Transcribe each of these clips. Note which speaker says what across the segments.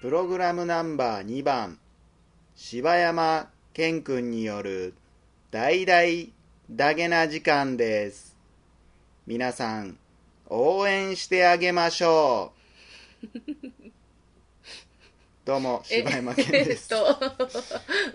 Speaker 1: プログラムナンバー2番柴山健君による大々ダゲな時間です皆さん応援してあげましょ うどうも柴山健です
Speaker 2: えっと、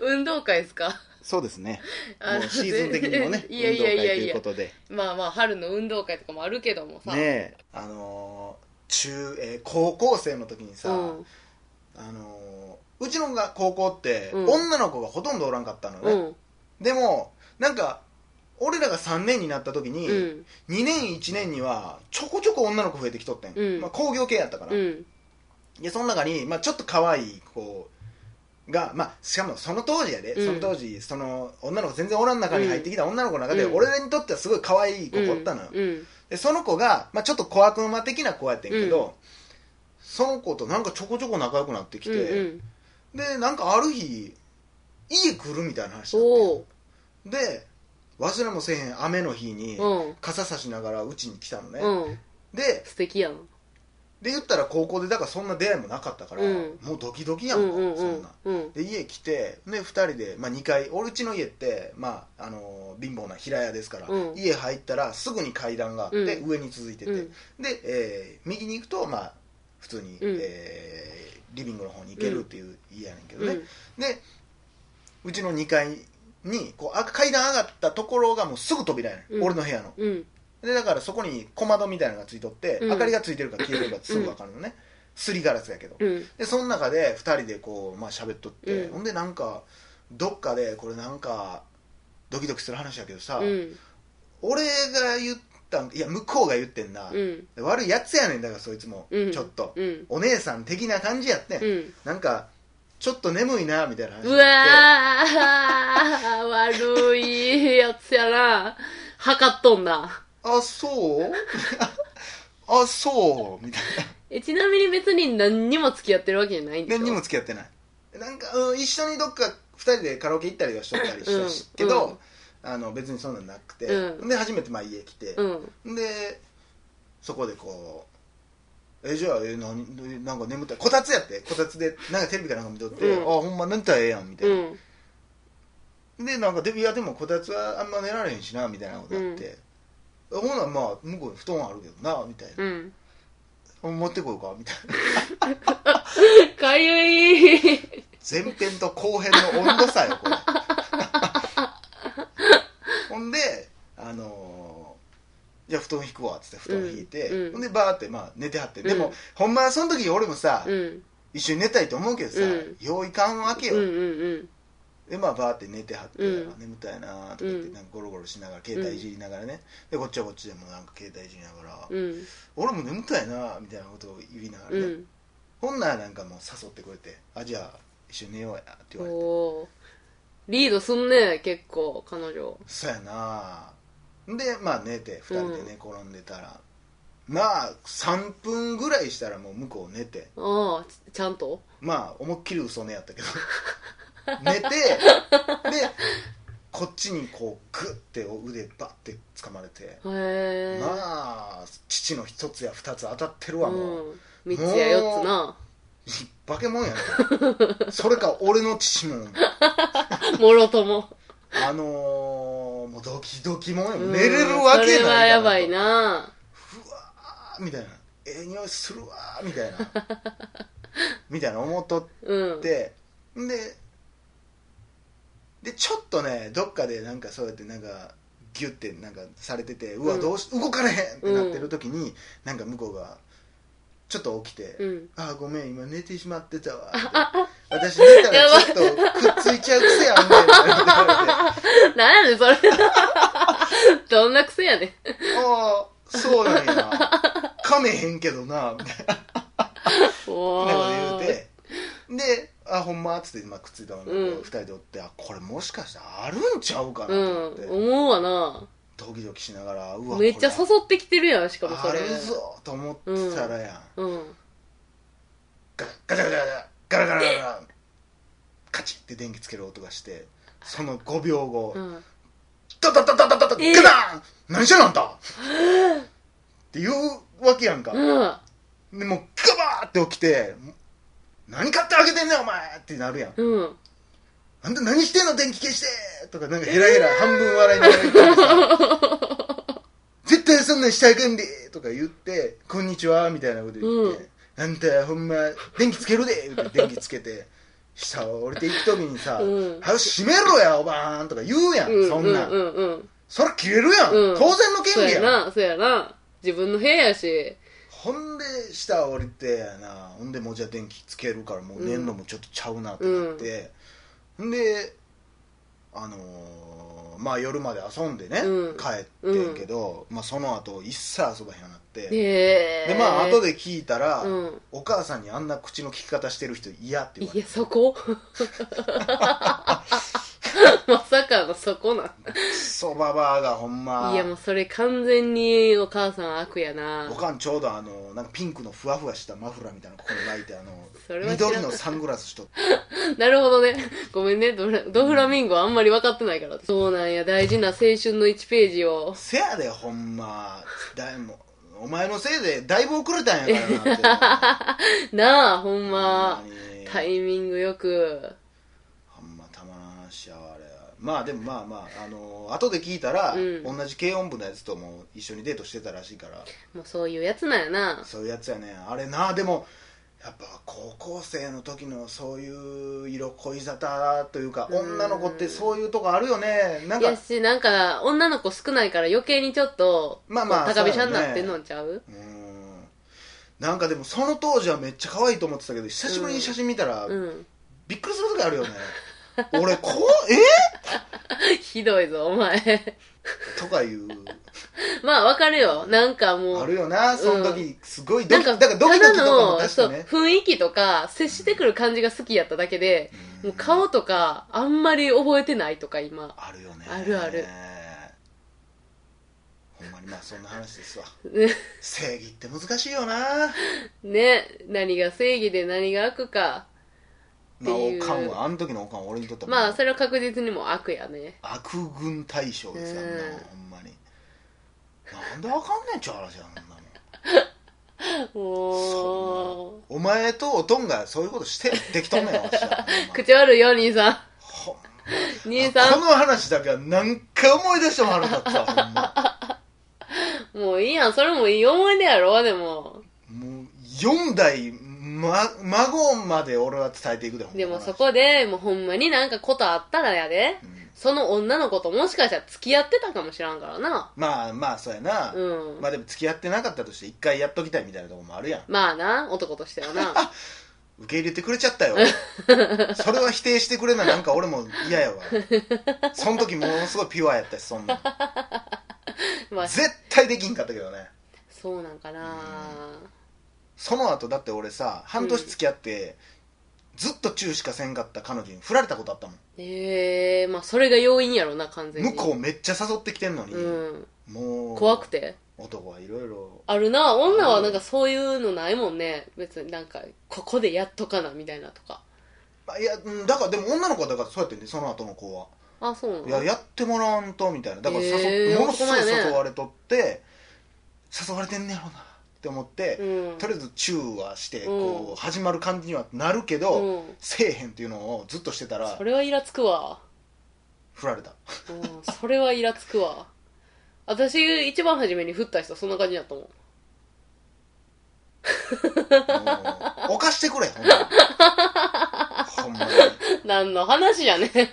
Speaker 2: 運動会ですか
Speaker 1: そうですね
Speaker 2: あ
Speaker 1: もうシーズン的にもね
Speaker 2: いやいや
Speaker 1: 運
Speaker 2: い
Speaker 1: 動
Speaker 2: や
Speaker 1: 会と
Speaker 2: い
Speaker 1: いう
Speaker 2: や
Speaker 1: ことで
Speaker 2: まあまあ、春の運動会とかもあるけどもさ。
Speaker 1: ねえ
Speaker 3: あのー中、えー高校生の時にさ、
Speaker 2: うん。
Speaker 3: あのーうちのが高校って、
Speaker 2: うん
Speaker 3: 女の子がほとんどおらんかったの
Speaker 2: う
Speaker 3: ね、
Speaker 2: ん。
Speaker 3: でもなんか俺らが3年になった時に、
Speaker 2: うん。
Speaker 3: 2年1年にはちょこちょこ女の子増えてきとってん、
Speaker 2: うん
Speaker 3: まあ、工業系やったから、
Speaker 2: うん。
Speaker 3: でその中に、まあ、ちょっと可愛い子が、まあ、しかもその当時やで、
Speaker 2: うん
Speaker 3: その当時その女の子全然おらん中に入ってきた女の子の中で、
Speaker 2: うん
Speaker 3: 俺らにとってはすごい可愛い子おったのよ、
Speaker 2: うん。
Speaker 3: でその子が、まあ、ちょっと小悪魔的な子やってんけど、
Speaker 2: う
Speaker 3: その子となんかちょこちょこ仲良くなってき
Speaker 2: うん
Speaker 3: て、
Speaker 2: うん。
Speaker 3: でなんかある日家来るみたいな話にな
Speaker 2: お
Speaker 3: っ
Speaker 2: お。
Speaker 3: てで忘れもせえへん雨の日に
Speaker 2: うん。
Speaker 3: 傘差しながらうちに来たのね、
Speaker 2: うん。
Speaker 3: で
Speaker 2: 素敵やん。
Speaker 3: で言ったら高校でだからそんな出会いもなかったから、
Speaker 2: うん
Speaker 3: もうドキドキ
Speaker 2: う
Speaker 3: やんか、
Speaker 2: んうんう
Speaker 3: そん
Speaker 2: ん
Speaker 3: な。
Speaker 2: うん。
Speaker 3: で家来てで2人で、まあ、2階俺うちの家って、まああのー貧乏な平屋ですから、
Speaker 2: うん
Speaker 3: 家入ったらすぐに階段があって、
Speaker 2: う
Speaker 3: 上に続いてて、
Speaker 2: うん
Speaker 3: で、えー右に行くと、まあ、普通に、
Speaker 2: うん
Speaker 3: えーリビングの方に行けるっていう家やねんけど
Speaker 2: う
Speaker 3: ね、
Speaker 2: ん。
Speaker 3: でうちの2階にこうあ階段上がったところがもうすぐ扉やねん、
Speaker 2: うん
Speaker 3: 俺の部屋の
Speaker 2: うん。
Speaker 3: でだからそこに小窓みたいなのがついとって、
Speaker 2: うん
Speaker 3: 明かりがついてるか消えてるかすぐ分かるのね、すりガラスやけど
Speaker 2: うん。
Speaker 3: でその中で2人でこうまあ喋っとって、
Speaker 2: うん
Speaker 3: ほんでなんかどっかでこれなんかドキドキする話やけどさ、
Speaker 2: うん。
Speaker 3: 俺が言ったんいや向こうが言ってんな、
Speaker 2: うん。
Speaker 3: 悪いやつやねんだからそいつも、
Speaker 2: うん
Speaker 3: ちょっと、
Speaker 2: うん。
Speaker 3: お姉さん的な感じやってん、
Speaker 2: うん。
Speaker 3: なんかちょっと眠いなみたいな話
Speaker 2: う
Speaker 3: になって
Speaker 2: わー、悪いやつやな。測っとんな。
Speaker 3: あそう あそうみたいな
Speaker 2: え、ちなみに別に何にも付き合ってるわけじゃないんでしょ
Speaker 3: 何にも付き合ってないなんか、うん、一緒にどっか2人でカラオケ行ったりはしとったりしたし、
Speaker 2: うん
Speaker 3: けど、あの別にそんなんなくて、
Speaker 2: うん
Speaker 3: で初めてまあ家来て
Speaker 2: う、ん。
Speaker 3: でそこでこうえじゃあえ何なんか眠ったこたつやってこたつでなんかテレビかなんか見とって、
Speaker 2: うん
Speaker 3: あほんま寝たらええやんみたいうな、
Speaker 2: ん。
Speaker 3: でなんかでいやでもこたつはあんま寝られへんしなみたいなことあって、ほなまあ向こうに布団あるけどなみたいな、
Speaker 2: うん。
Speaker 3: 持ってこようかみたいな
Speaker 2: かゆい。
Speaker 3: 前編と後編の温度差よこれ ほんであのーじゃあ布団引くわっつって布団引いて、
Speaker 2: うんうん
Speaker 3: ほんでバーってまあ寝てはって、で
Speaker 2: う
Speaker 3: も
Speaker 2: ん
Speaker 3: ほんまはその時俺もさ、
Speaker 2: うん。
Speaker 3: 一緒に寝たいと思うけどさ、
Speaker 2: うん
Speaker 3: 用意感わけ
Speaker 2: う
Speaker 3: よ、
Speaker 2: んうん
Speaker 3: でまあバーって寝てはって、
Speaker 2: うん
Speaker 3: あ眠たいなーとか言って
Speaker 2: うん
Speaker 3: なんかゴロゴロしながら携帯いじりながらね、でこっちはこっちでもなんか携帯いじりながら、
Speaker 2: うん。うん。
Speaker 3: 俺も眠たいなーみたいなことを言いながら
Speaker 2: う
Speaker 3: ね、
Speaker 2: ん。
Speaker 3: ほんならなんかもう誘ってくれて「あじゃあ一緒に寝ようや」って言われて
Speaker 2: おーリードすんね結構彼女
Speaker 3: 「そうやなー」でまあ寝て2人で寝転んでたら、まあ3分ぐらいしたらもう向こう寝て
Speaker 2: ああちちゃんと
Speaker 3: まあ思いっきり嘘寝や ったけど寝てでこっちにこうグッて腕バッて掴まれて
Speaker 2: へえ、
Speaker 3: まあ父の一つや二つ当たってるわもう、
Speaker 2: うん、3つや4つな
Speaker 3: 化け物やな それか俺の父も
Speaker 2: もろとも、
Speaker 3: あのー、もうドキドキもんよ
Speaker 2: うん
Speaker 3: 寝れるわけない
Speaker 2: それはやばい
Speaker 3: な
Speaker 2: な
Speaker 3: みたいなええ匂いするわーみたいな みたいな思っとって
Speaker 2: うん
Speaker 3: でででちょっとねどっかでなんかそうやってなんかギュッてなんかされててうわ
Speaker 2: うん
Speaker 3: どうし、動かれへんってなってる時に、なんか向こうがちょっと起きて「
Speaker 2: うん
Speaker 3: ああごめん今寝てしまってたわ」私寝たらちょっとくっついちゃう癖あんねん」って言わ
Speaker 2: なんやねんそれ どんな癖やねん
Speaker 3: れて「 ああそうなんや噛めへんけどな」みたいな
Speaker 2: お
Speaker 3: なこと言う
Speaker 2: ー
Speaker 3: てで「あほんま」っつって、まあ、くっついたままこう
Speaker 2: うん
Speaker 3: 二人でおって「あこれもしかしたらあるんちゃうかな」
Speaker 2: う
Speaker 3: と思って、
Speaker 2: ん思うわな
Speaker 3: ドキドキしながらうわ
Speaker 2: めっちゃ
Speaker 3: こ
Speaker 2: 誘ってきてるやんしか
Speaker 3: れ
Speaker 2: もそれ
Speaker 3: あるぞと思ってたらやん、
Speaker 2: うん
Speaker 3: ガガチャガチャガチャガラガラガラガラカチッって電気つける音がしてその5秒後、
Speaker 2: うん
Speaker 3: ダダダダダダダ
Speaker 2: えー
Speaker 3: ガダン何してんのあんたっていうわけやんか、
Speaker 2: うん。
Speaker 3: でもうガバーって起きて「何買ってあげてんねんお前!」ってなるやん
Speaker 2: うん。
Speaker 3: 「あんた何してんの電気消して!」とかなんかヘラヘラ半分笑いながら言ってもさ「絶対そんなんしちゃいけんで!」とか言って「こんにちは」みたいなこと言って「あんたほんま電気つけるで!」言って電気つけて下を降りていく時にさ「
Speaker 2: うん
Speaker 3: はよ閉めろやおばーん」とか言うやん、
Speaker 2: うん。
Speaker 3: そんなん、
Speaker 2: うんうんうん。
Speaker 3: そら切れるやん、
Speaker 2: うん
Speaker 3: 当然の
Speaker 2: そう
Speaker 3: 権利や
Speaker 2: や
Speaker 3: ん
Speaker 2: な、そうやな。自分の部屋やし。
Speaker 3: ほんで下降りてやなほんでもうじゃあ電気つけるからもう寝んのもちょっとちゃうなってなって、ほんであのーまあ夜まで遊んでね、
Speaker 2: うん
Speaker 3: 帰ってんけど、まあ、その後一切遊ばへんようになって、
Speaker 2: へえ。
Speaker 3: でまあ後で聞いたら、
Speaker 2: うん
Speaker 3: お母さんにあんな口の利き方してる人嫌って言
Speaker 2: い
Speaker 3: われ
Speaker 2: や、
Speaker 3: て
Speaker 2: そこまさかのそこな。
Speaker 3: そばばあがほんま
Speaker 2: いや、もうそれ完全にお母さん悪やな
Speaker 3: お。かんちょうどあのなんかピンクのふわふわしたマフラーみたいなのここに巻いてあの
Speaker 2: それは知らん
Speaker 3: 緑のサングラスしとって
Speaker 2: なるほどね。ごめんね、ドフラドフラミンゴあんまり分かってないから。そうなんや、大事な青春の1ページを。
Speaker 3: せやでほんまだいもお前のせいでだいぶ遅れたんやからなって
Speaker 2: なあ、ほん ま
Speaker 3: ほん。に
Speaker 2: タイミングよく。
Speaker 3: ほんまたまらんしやあれまあでもまあまああの後で聞いたら、
Speaker 2: うん
Speaker 3: 同じ軽音部のやつとも一緒にデートしてたらしいから
Speaker 2: もうそういうやつなんやな。
Speaker 3: そういうやつやねあれなでもやっぱ高校生の時のそういう色恋沙汰というか
Speaker 2: うん
Speaker 3: 女の子ってそういうとこあるよねなん
Speaker 2: い
Speaker 3: か
Speaker 2: やし、なんか、女の子少ないから余計にちょっと、
Speaker 3: まあまあ
Speaker 2: こう高飛車
Speaker 3: そう
Speaker 2: に
Speaker 3: やね
Speaker 2: なってんのんちゃう
Speaker 3: うんなんかでもその当時はめっちゃ可愛いと思ってたけど久しぶりに写真見たら、
Speaker 2: うん。
Speaker 3: びっくりする時あるよね俺こうえ
Speaker 2: ひどいぞ、お前。
Speaker 3: とかいう
Speaker 2: まあ、わかるよ。なんかもう。
Speaker 3: あるよなその時すごいド
Speaker 2: なん
Speaker 3: キ
Speaker 2: か、
Speaker 3: だからドキドキと
Speaker 2: た
Speaker 3: か
Speaker 2: だ
Speaker 3: も
Speaker 2: の
Speaker 3: 出し
Speaker 2: そ
Speaker 3: て
Speaker 2: う、
Speaker 3: ね
Speaker 2: 雰囲気とか、接してくる感じが好きやっただけで、
Speaker 3: うん
Speaker 2: もう顔とか、あんまり覚えてないとか、今。
Speaker 3: あるよね
Speaker 2: あるある
Speaker 3: ほんまにまあそんな話ですわ正義って難しいよな
Speaker 2: ね、何が正義で何が悪か。
Speaker 3: まあ
Speaker 2: って
Speaker 3: お
Speaker 2: いう
Speaker 3: かんはあの時のおかんは俺にとってはもう
Speaker 2: まあ、それは確実にもう悪やね。
Speaker 3: 悪軍大将ですよあんなもん
Speaker 2: う
Speaker 3: ほ
Speaker 2: ん
Speaker 3: んまになんであかんねんちゅう話やんあんなもん
Speaker 2: もう、
Speaker 3: お前とおとんがそういうことしてできとんねんわし はほんま
Speaker 2: 口悪いよ、兄さん。
Speaker 3: ほんま
Speaker 2: 兄
Speaker 3: こ
Speaker 2: さ
Speaker 3: の話だけは何回思い出しても腹立ったわほんま
Speaker 2: ん。もういいやん、それもいい思い出やろ、でも。
Speaker 3: もう4代、ま、孫まで俺は伝えていくでほんま
Speaker 2: でもそこで、もうほんまになんかことあったらやで。
Speaker 3: うん
Speaker 2: その女の子ともしかしたら付き合ってたかもしらんからな。
Speaker 3: まあまあそうやな、
Speaker 2: うん。
Speaker 3: まあでも付き合ってなかったとして一回やっときたいみたいなとこもあるやん
Speaker 2: まあな、男としては な。
Speaker 3: 受け入れてくれちゃった よそれは否定してくれななんか俺も嫌やわその時ものすごいピュアやったしそんなん
Speaker 2: まあ、
Speaker 3: 絶対できんかったけどね
Speaker 2: そうなんかな。
Speaker 3: その後だって俺さ半年付き合って、ずっとチューしかせんかった彼女に振られたことあったもん
Speaker 2: ええまあそれが要因やろな、完全に。
Speaker 3: 向こうめっちゃ誘ってきてんのに、
Speaker 2: うん。
Speaker 3: もう
Speaker 2: 怖くて。
Speaker 3: 男はいろいろ
Speaker 2: あるな、女はなんかそういうのないもんね。別になんか、ここでやっとかな、みたいなとか。
Speaker 3: あいやうんだからでも女の子はだからそうやってねその後の子は、
Speaker 2: あ、そうなの
Speaker 3: いややってもらわんとみたいなだから誘っ、
Speaker 2: へー
Speaker 3: ものすごい
Speaker 2: 男前やね
Speaker 3: 誘われとって誘われてんねやろなって思って、
Speaker 2: うん。
Speaker 3: とりあえずチューはしてこう、
Speaker 2: うん
Speaker 3: 始まる感じにはなるけど、
Speaker 2: うん
Speaker 3: せえへんっていうのをずっとしてたら
Speaker 2: それはイラつくわ。
Speaker 3: 振られた
Speaker 2: うん、それはイラつくわ。私、一番初めに振った人、そんな感じだったもん。
Speaker 3: もう犯してくれほんまにほんまに、
Speaker 2: 何の話やねん。
Speaker 3: まあ、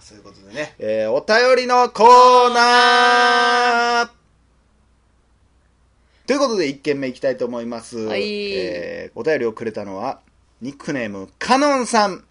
Speaker 3: そういうことでね
Speaker 1: えーお便りのコーナーということで1件目いきたいと思います、
Speaker 2: はい
Speaker 1: えーお便りをくれたのはニックネームカノンさん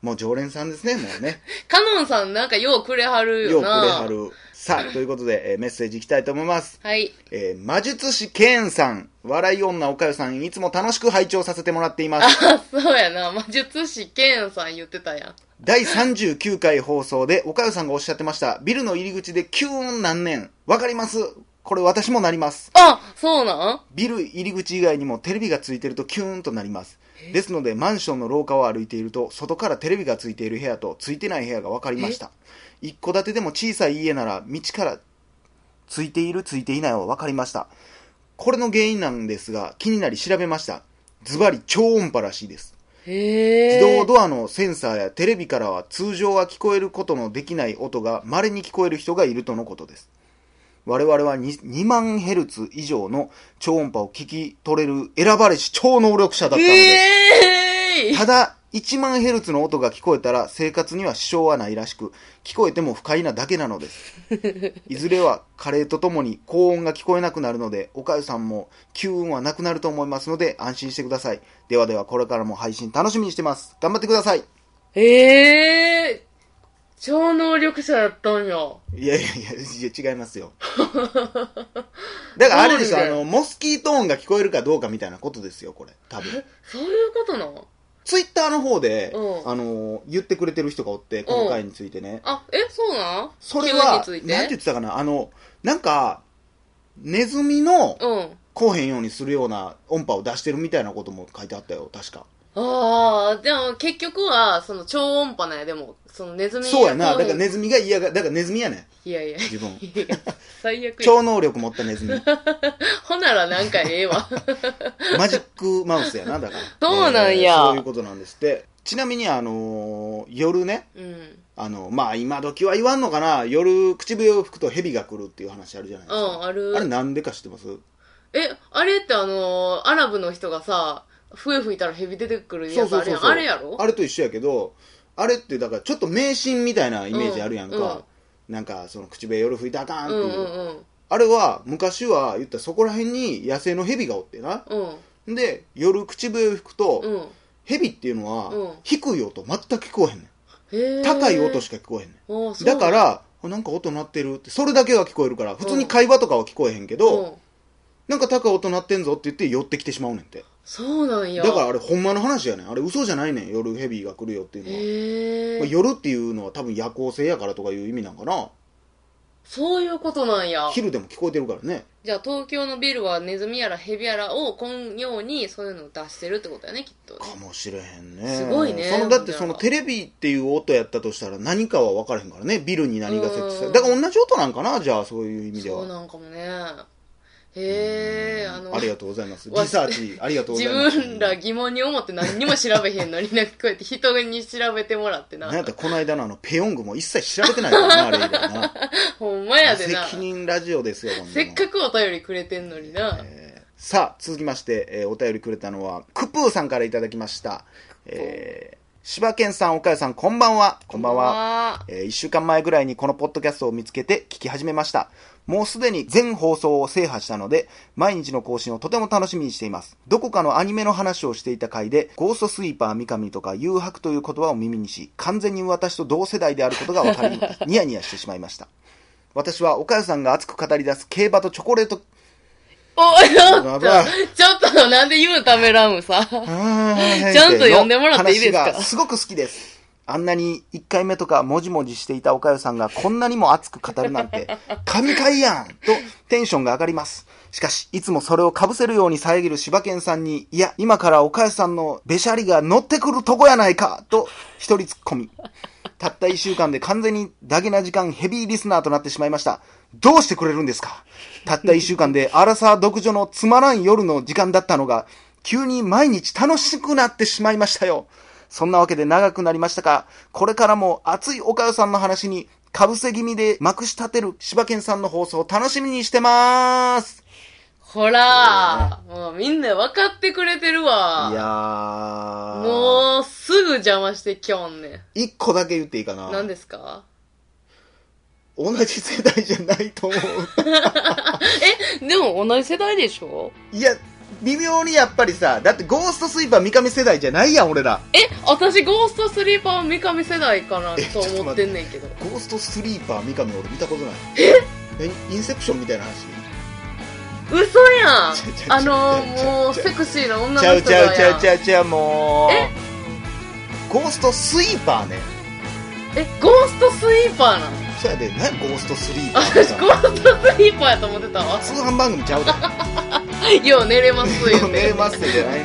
Speaker 1: もう常連さんですねもうね
Speaker 2: カノンさんなんかようくれはる
Speaker 1: よ
Speaker 2: よ
Speaker 1: うくれ
Speaker 2: な。
Speaker 1: はるさあということで、えーメッセージいきたいと思います
Speaker 2: はい。
Speaker 1: えー魔術師ケンさん、笑い女おかよさん、いつも楽しく拝聴させてもらっています。
Speaker 2: あ、そうやな。魔術師ケンさん言ってたやん。
Speaker 1: 第39回放送でおかよさんがおっしゃってました、ビルの入り口でキューンなんねん。わかりますこれ私もなります。
Speaker 2: あ、そうなん
Speaker 1: ビル入り口以外にもテレビがついてるとキューンとなります。ですので、マンションの廊下を歩いていると、外からテレビがついている部屋とついてない部屋がわかりました。一戸建てでも小さい家なら、道から
Speaker 3: ついているついていないは分かりました。これの原因なんですが、気になり調べました。ズバリ超音波らしいです。
Speaker 2: へ
Speaker 3: 自
Speaker 2: え。
Speaker 3: 動ドアのセンサーやテレビからは通常は聞こえることのできない音が稀に聞こえる人がいるとのことです。我々は 2, 2万ヘルツ以上の超音波を聞き取れる選ばれし超能力者だったので、
Speaker 2: ええー
Speaker 3: ただ1万ヘルツの音が聞こえたら生活には支障はないらしく、聞こえても不快なだけなのです。 いずれは加齢とともに高音が聞こえなくなるので、おかゆさんも吸音はなくなると思いますので安心してください。ではではこれからも配信楽しみにしてます。頑張ってください。
Speaker 2: ええ超能力者やったんや。
Speaker 3: いやいやいやいや、違います よ。だからあれでしょ、
Speaker 2: なん
Speaker 3: あ
Speaker 2: で
Speaker 3: の、モスキート音が聞こえるかどうかみたいなことですよ、これ。多 分。
Speaker 2: そういうことなの
Speaker 3: ツイッターの方で、
Speaker 2: うん
Speaker 3: あの、言ってくれてる人がおって、この回についてね。
Speaker 2: あ、え、そうなん
Speaker 3: それは、なん
Speaker 2: 気
Speaker 3: て
Speaker 2: 温につい。
Speaker 3: 言っててたかな、あの、なんか、ネズミの
Speaker 2: うん。
Speaker 3: 来おへんようにするような音波を出してるみたいなことも書いてあったよ、確か。
Speaker 2: ああ、でも結局は、その超音波なんや、でも、そのネズミ
Speaker 3: そうやな、だから
Speaker 2: ね、
Speaker 3: ネズミが嫌が、だからネズミやねん、
Speaker 2: いやい や、
Speaker 3: 自分。
Speaker 2: いや最悪や。
Speaker 3: 超能力持ったネズミ。
Speaker 2: ほならなんかええわ。
Speaker 3: マジックマウスやな、だから。
Speaker 2: そうなんや
Speaker 3: えーそういうことなんですって。ちなみに、あのー夜ね、
Speaker 2: うん。
Speaker 3: あの、まあ、今時は言わんのかな、夜、口笛を吹くと蛇が来るっていう話あるじゃないですか。
Speaker 2: うんある
Speaker 3: あれなんでか知ってます
Speaker 2: え、あれってあのーアラブの人がさ、笛吹いたら蛇出てくる
Speaker 3: そ
Speaker 2: や
Speaker 3: う
Speaker 2: つ
Speaker 3: そ
Speaker 2: あ
Speaker 3: う
Speaker 2: れ
Speaker 3: そう
Speaker 2: や
Speaker 3: そ
Speaker 2: ん。
Speaker 3: う。
Speaker 2: あれやろ
Speaker 3: あれと一緒やけど、あれってだからちょっと迷信みたいなイメージあるやんか。
Speaker 2: うんうん
Speaker 3: なんか、その口笛夜吹いたらあかんって
Speaker 2: う
Speaker 3: い
Speaker 2: ん
Speaker 3: う。
Speaker 2: うん
Speaker 3: あれは、昔は、言ったらそこら辺に野生の蛇がおってな。
Speaker 2: うん。うん。
Speaker 3: で、夜口笛を吹くと、
Speaker 2: うん。
Speaker 3: 蛇っていうの
Speaker 2: うん
Speaker 3: は、低い音全く聞こえへんね
Speaker 2: へえ。
Speaker 3: ん。高い音
Speaker 2: し
Speaker 3: しか聞こえへんねん。
Speaker 2: か
Speaker 3: だから、あなんか音鳴ってるって、それだけは聞こえるから、普通に会話とかは聞こえへんけど、
Speaker 2: うん。
Speaker 3: なんか高い音鳴ってんぞって言って寄ってきてしまうねんって。
Speaker 2: そうなんや。
Speaker 3: だからあれ、ほんまの話やねん。あれ、嘘じゃないねん。夜ヘビが来るよっていうのは。
Speaker 2: へ
Speaker 3: まあ
Speaker 2: え。
Speaker 3: 夜っていうのは多分夜行性やからとかいう意味なんかな。
Speaker 2: そういうことなんや。
Speaker 3: 昼でも聞こえてるからね。
Speaker 2: じゃあ東京のビルはネズミやらヘビやらをこんようにそういうのを出してるってことやね、きっと。
Speaker 3: かもしれへんね。
Speaker 2: すごいね
Speaker 3: そのだってそ
Speaker 2: ほん
Speaker 3: の
Speaker 2: なら
Speaker 3: テレビっていう音やったとしたら何かは分からへんからね。ビルに何が設置さ
Speaker 2: う
Speaker 3: れ
Speaker 2: ん
Speaker 3: だから同じ音なんかなじゃあそういう意味で
Speaker 2: そう
Speaker 3: は。
Speaker 2: なんかもね。へえ、あの
Speaker 3: あ、りがとうございます。リ
Speaker 2: わ
Speaker 3: サーチ、ありがとうご
Speaker 2: 自
Speaker 3: ざいます。
Speaker 2: 分ら疑問に思って何にも調べへんのに、なんかこうやって人に調べてもらってな
Speaker 3: なん。やったらこの間のあの、ペヨングも一切調べてないからな、あれ以来な。
Speaker 2: ほんま やでな。
Speaker 3: 責任ラジオですよ、こんなの
Speaker 2: せっかくお便りくれてんのにな。
Speaker 3: えーさあ、続きまして、えーお便りくれたのは、クプーさんからいただきました。えー、柴犬さん、岡谷さん、こんばんは。こんばんは。
Speaker 2: は。
Speaker 3: えー、1週間前ぐらいにこのポッドキャストを見つけて聞き始めました。もうすでに全放送を制覇したので、毎日の更新をとても楽しみにしています。どこかのアニメの話をしていた回で、ゴーストスイーパー三上とか誘白という言葉を耳にし、完全に私と同世代であることが分 かり、ニヤニヤしてしまいました。私は岡谷さんが熱く語り出す競馬とチョコレート、
Speaker 2: お、ちょっ
Speaker 3: や
Speaker 2: と、
Speaker 3: ばい
Speaker 2: ちょっと、なんで言うためらうんさ。
Speaker 3: ち
Speaker 2: ちゃんと呼んでもらっていいですか
Speaker 3: すごく好きです。あんなに1回目とかもじもじしていたおかゆさんがこんなにも熱く語るなんて、神回やんとテンションが上がります。しかし、いつもそれを被せるように遮る柴犬さんに、いや、今からおかゆさんのべしゃりが乗ってくるとこやないかと一人突っ込み。たった1週間で完全にダゲな時間ヘビーリスナーとなってしまいました。どうしてくれるんですかたった1週間でアラサー独女のつまらん夜の時間だったのが、急に毎日楽しくなってしまいましたよ。そんなわけで長くなりましたが、これからも熱いおかゆさんの話に、かぶせ気味でまくし立てる柴犬さんの放送を楽しみにしてまーす。
Speaker 2: ほら、もうみんな分かってくれてるわ。
Speaker 3: いやー。
Speaker 2: もう、すぐ邪魔してきょんねん。
Speaker 3: 一個だけ言っていいかな。
Speaker 2: 何ですか
Speaker 3: 同じ世代じゃないと思う。
Speaker 2: え、でも同じ世代でしょ
Speaker 3: いや、微妙にやっぱりさ、だってゴーストスイーパー三上世代じゃないやん、俺ら。
Speaker 2: え、私ゴーストスリーパー三上世代かなと思ってんねんけど。
Speaker 3: ゴーストスリーパー三上俺見たことない。えインセプションみたいな話
Speaker 2: 嘘やん
Speaker 3: ちゃちゃちゃ
Speaker 2: あの
Speaker 3: ちゃちゃ
Speaker 2: ー、もう、セクシーな女の
Speaker 3: ちゃう
Speaker 2: 人
Speaker 3: ち
Speaker 2: だ
Speaker 3: ゃ
Speaker 2: やん
Speaker 3: うちゃうちゃうちゃう、もう。ゴーストスイーパーね。
Speaker 2: え、ゴーストスイーパー なの
Speaker 3: そやで、何ゴーストスリーパーって
Speaker 2: 私
Speaker 3: さ
Speaker 2: ゴーストスイーパーやと思ってたわ。
Speaker 3: 通販番組ちゃ うで。
Speaker 2: よう寝れます よ
Speaker 3: 寝れ
Speaker 2: ね。
Speaker 3: ますじゃないね。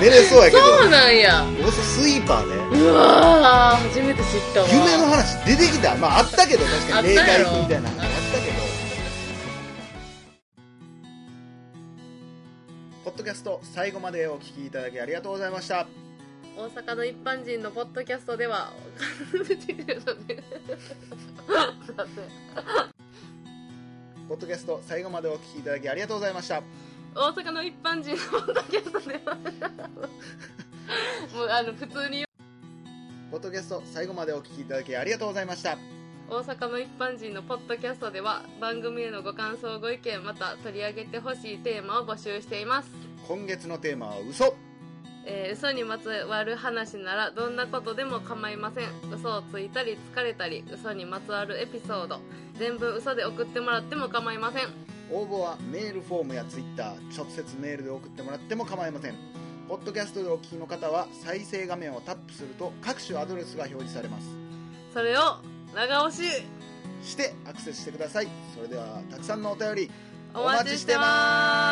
Speaker 3: 寝れそうやけど。
Speaker 2: そうなんや。
Speaker 3: ゴーストスイーパーね。
Speaker 2: うわー、初めて知ったわ。
Speaker 3: 夢の話出てきた。まああったけど、確かに霊
Speaker 2: あったや
Speaker 3: 界
Speaker 2: ろ
Speaker 3: みたいな話あったけど。ポッドキャスト最後までお聞きいただきありがとうございました
Speaker 2: 大阪の一般人のポッドキャストでは
Speaker 3: ポッドキャスト最後までお聞きいただきありがとうございました
Speaker 2: 大阪の一般人のポッドキャストでは もうあの普通に
Speaker 3: ポッドキャスト最後までお聞きいただきありがとうございました
Speaker 2: 大阪の一般人のポッドキャストでは番組へのご感想ご意見また取り上げてほしいテーマを募集しています、
Speaker 3: 今月のテーマは嘘
Speaker 2: えー嘘にまつわる話ならどんなことでも構いません嘘をついたり疲れたり嘘にまつわるエピソード全部嘘で送ってもらっても構いません
Speaker 3: 応募はメールフォームやツイッター直接メールで送ってもらっても構いませんポッドキャストでお聞きの方は再生画面をタップすると各種アドレスが表示されます
Speaker 2: それを長押し
Speaker 3: してアクセスしてくださいそれではたくさんのお便り
Speaker 2: お待ちしてます